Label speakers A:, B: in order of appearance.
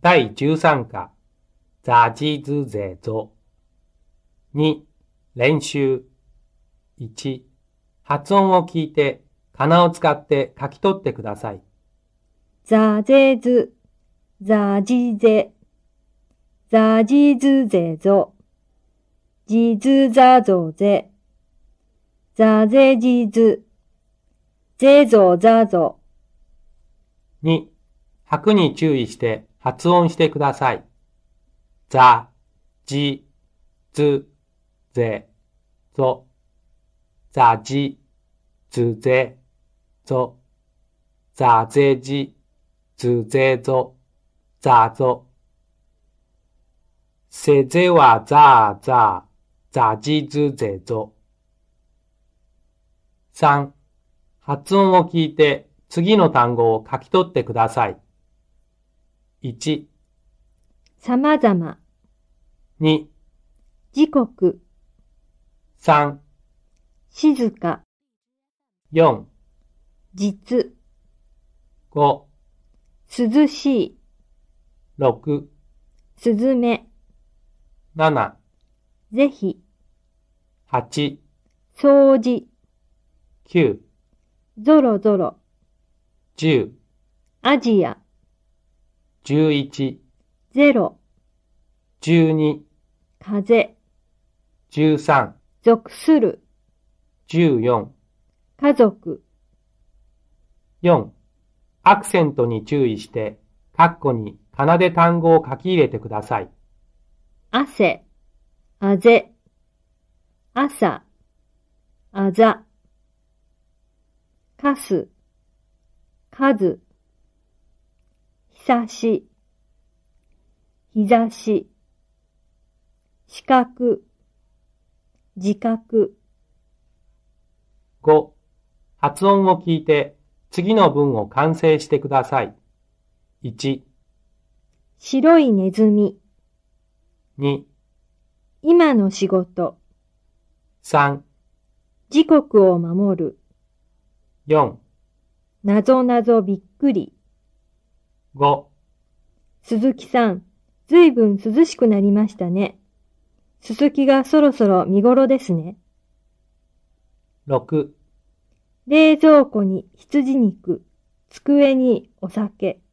A: 第13課、ザジズゼゾ。2、練習。1、発音を聞いて、仮名を使って書き取ってください。
B: ザゼズ、ザジゼ、ザジズゼゾ、ジズザゾゼ、ザゼジズ、ゼゾザゾ、
A: 2、拍に注意して発音してください。ザ、ジ、ズ、ゼ、ゾ。ザジ、ズゼ、ゾ。ザゼジ、ズゼゾ、ザゾ。セゼはザーザー、ザジズゼゾ。3. 発音を聞いて次の単語を書き取ってください。1、
B: 様々、
A: 2、
B: 時刻、
A: 3、
B: 静か、
A: 4、
B: 実、
A: 5、
B: 涼しい、
A: 6、
B: すずめ、
A: 7、
B: ぜひ、
A: 8、
B: 掃除、
A: 9、
B: ぞろぞろ、
A: 10、
B: アジア、
A: 11、
B: ゼロ、
A: 12、
B: 風、
A: 13、
B: 属する、
A: 14、
B: 家族、
A: 4アクセントに注意して、カッコに仮名で単語を書き入れてください。
B: 汗、あぜ、朝、あざ、かす、かず、ひさし、日差し、四角、自覚、
A: 5発音を聞いて、次の文を完成してください。1、
B: 白いネズミ、
A: 2、
B: 今の仕事、
A: 3、
B: 時刻を守る、
A: 4、
B: なぞなぞびっくり、
A: 5、
B: 鈴木さん、ずいぶん涼しくなりましたね。すすきがそろそろ見頃ですね。
A: 6、
B: 冷蔵庫に羊肉、机にお酒。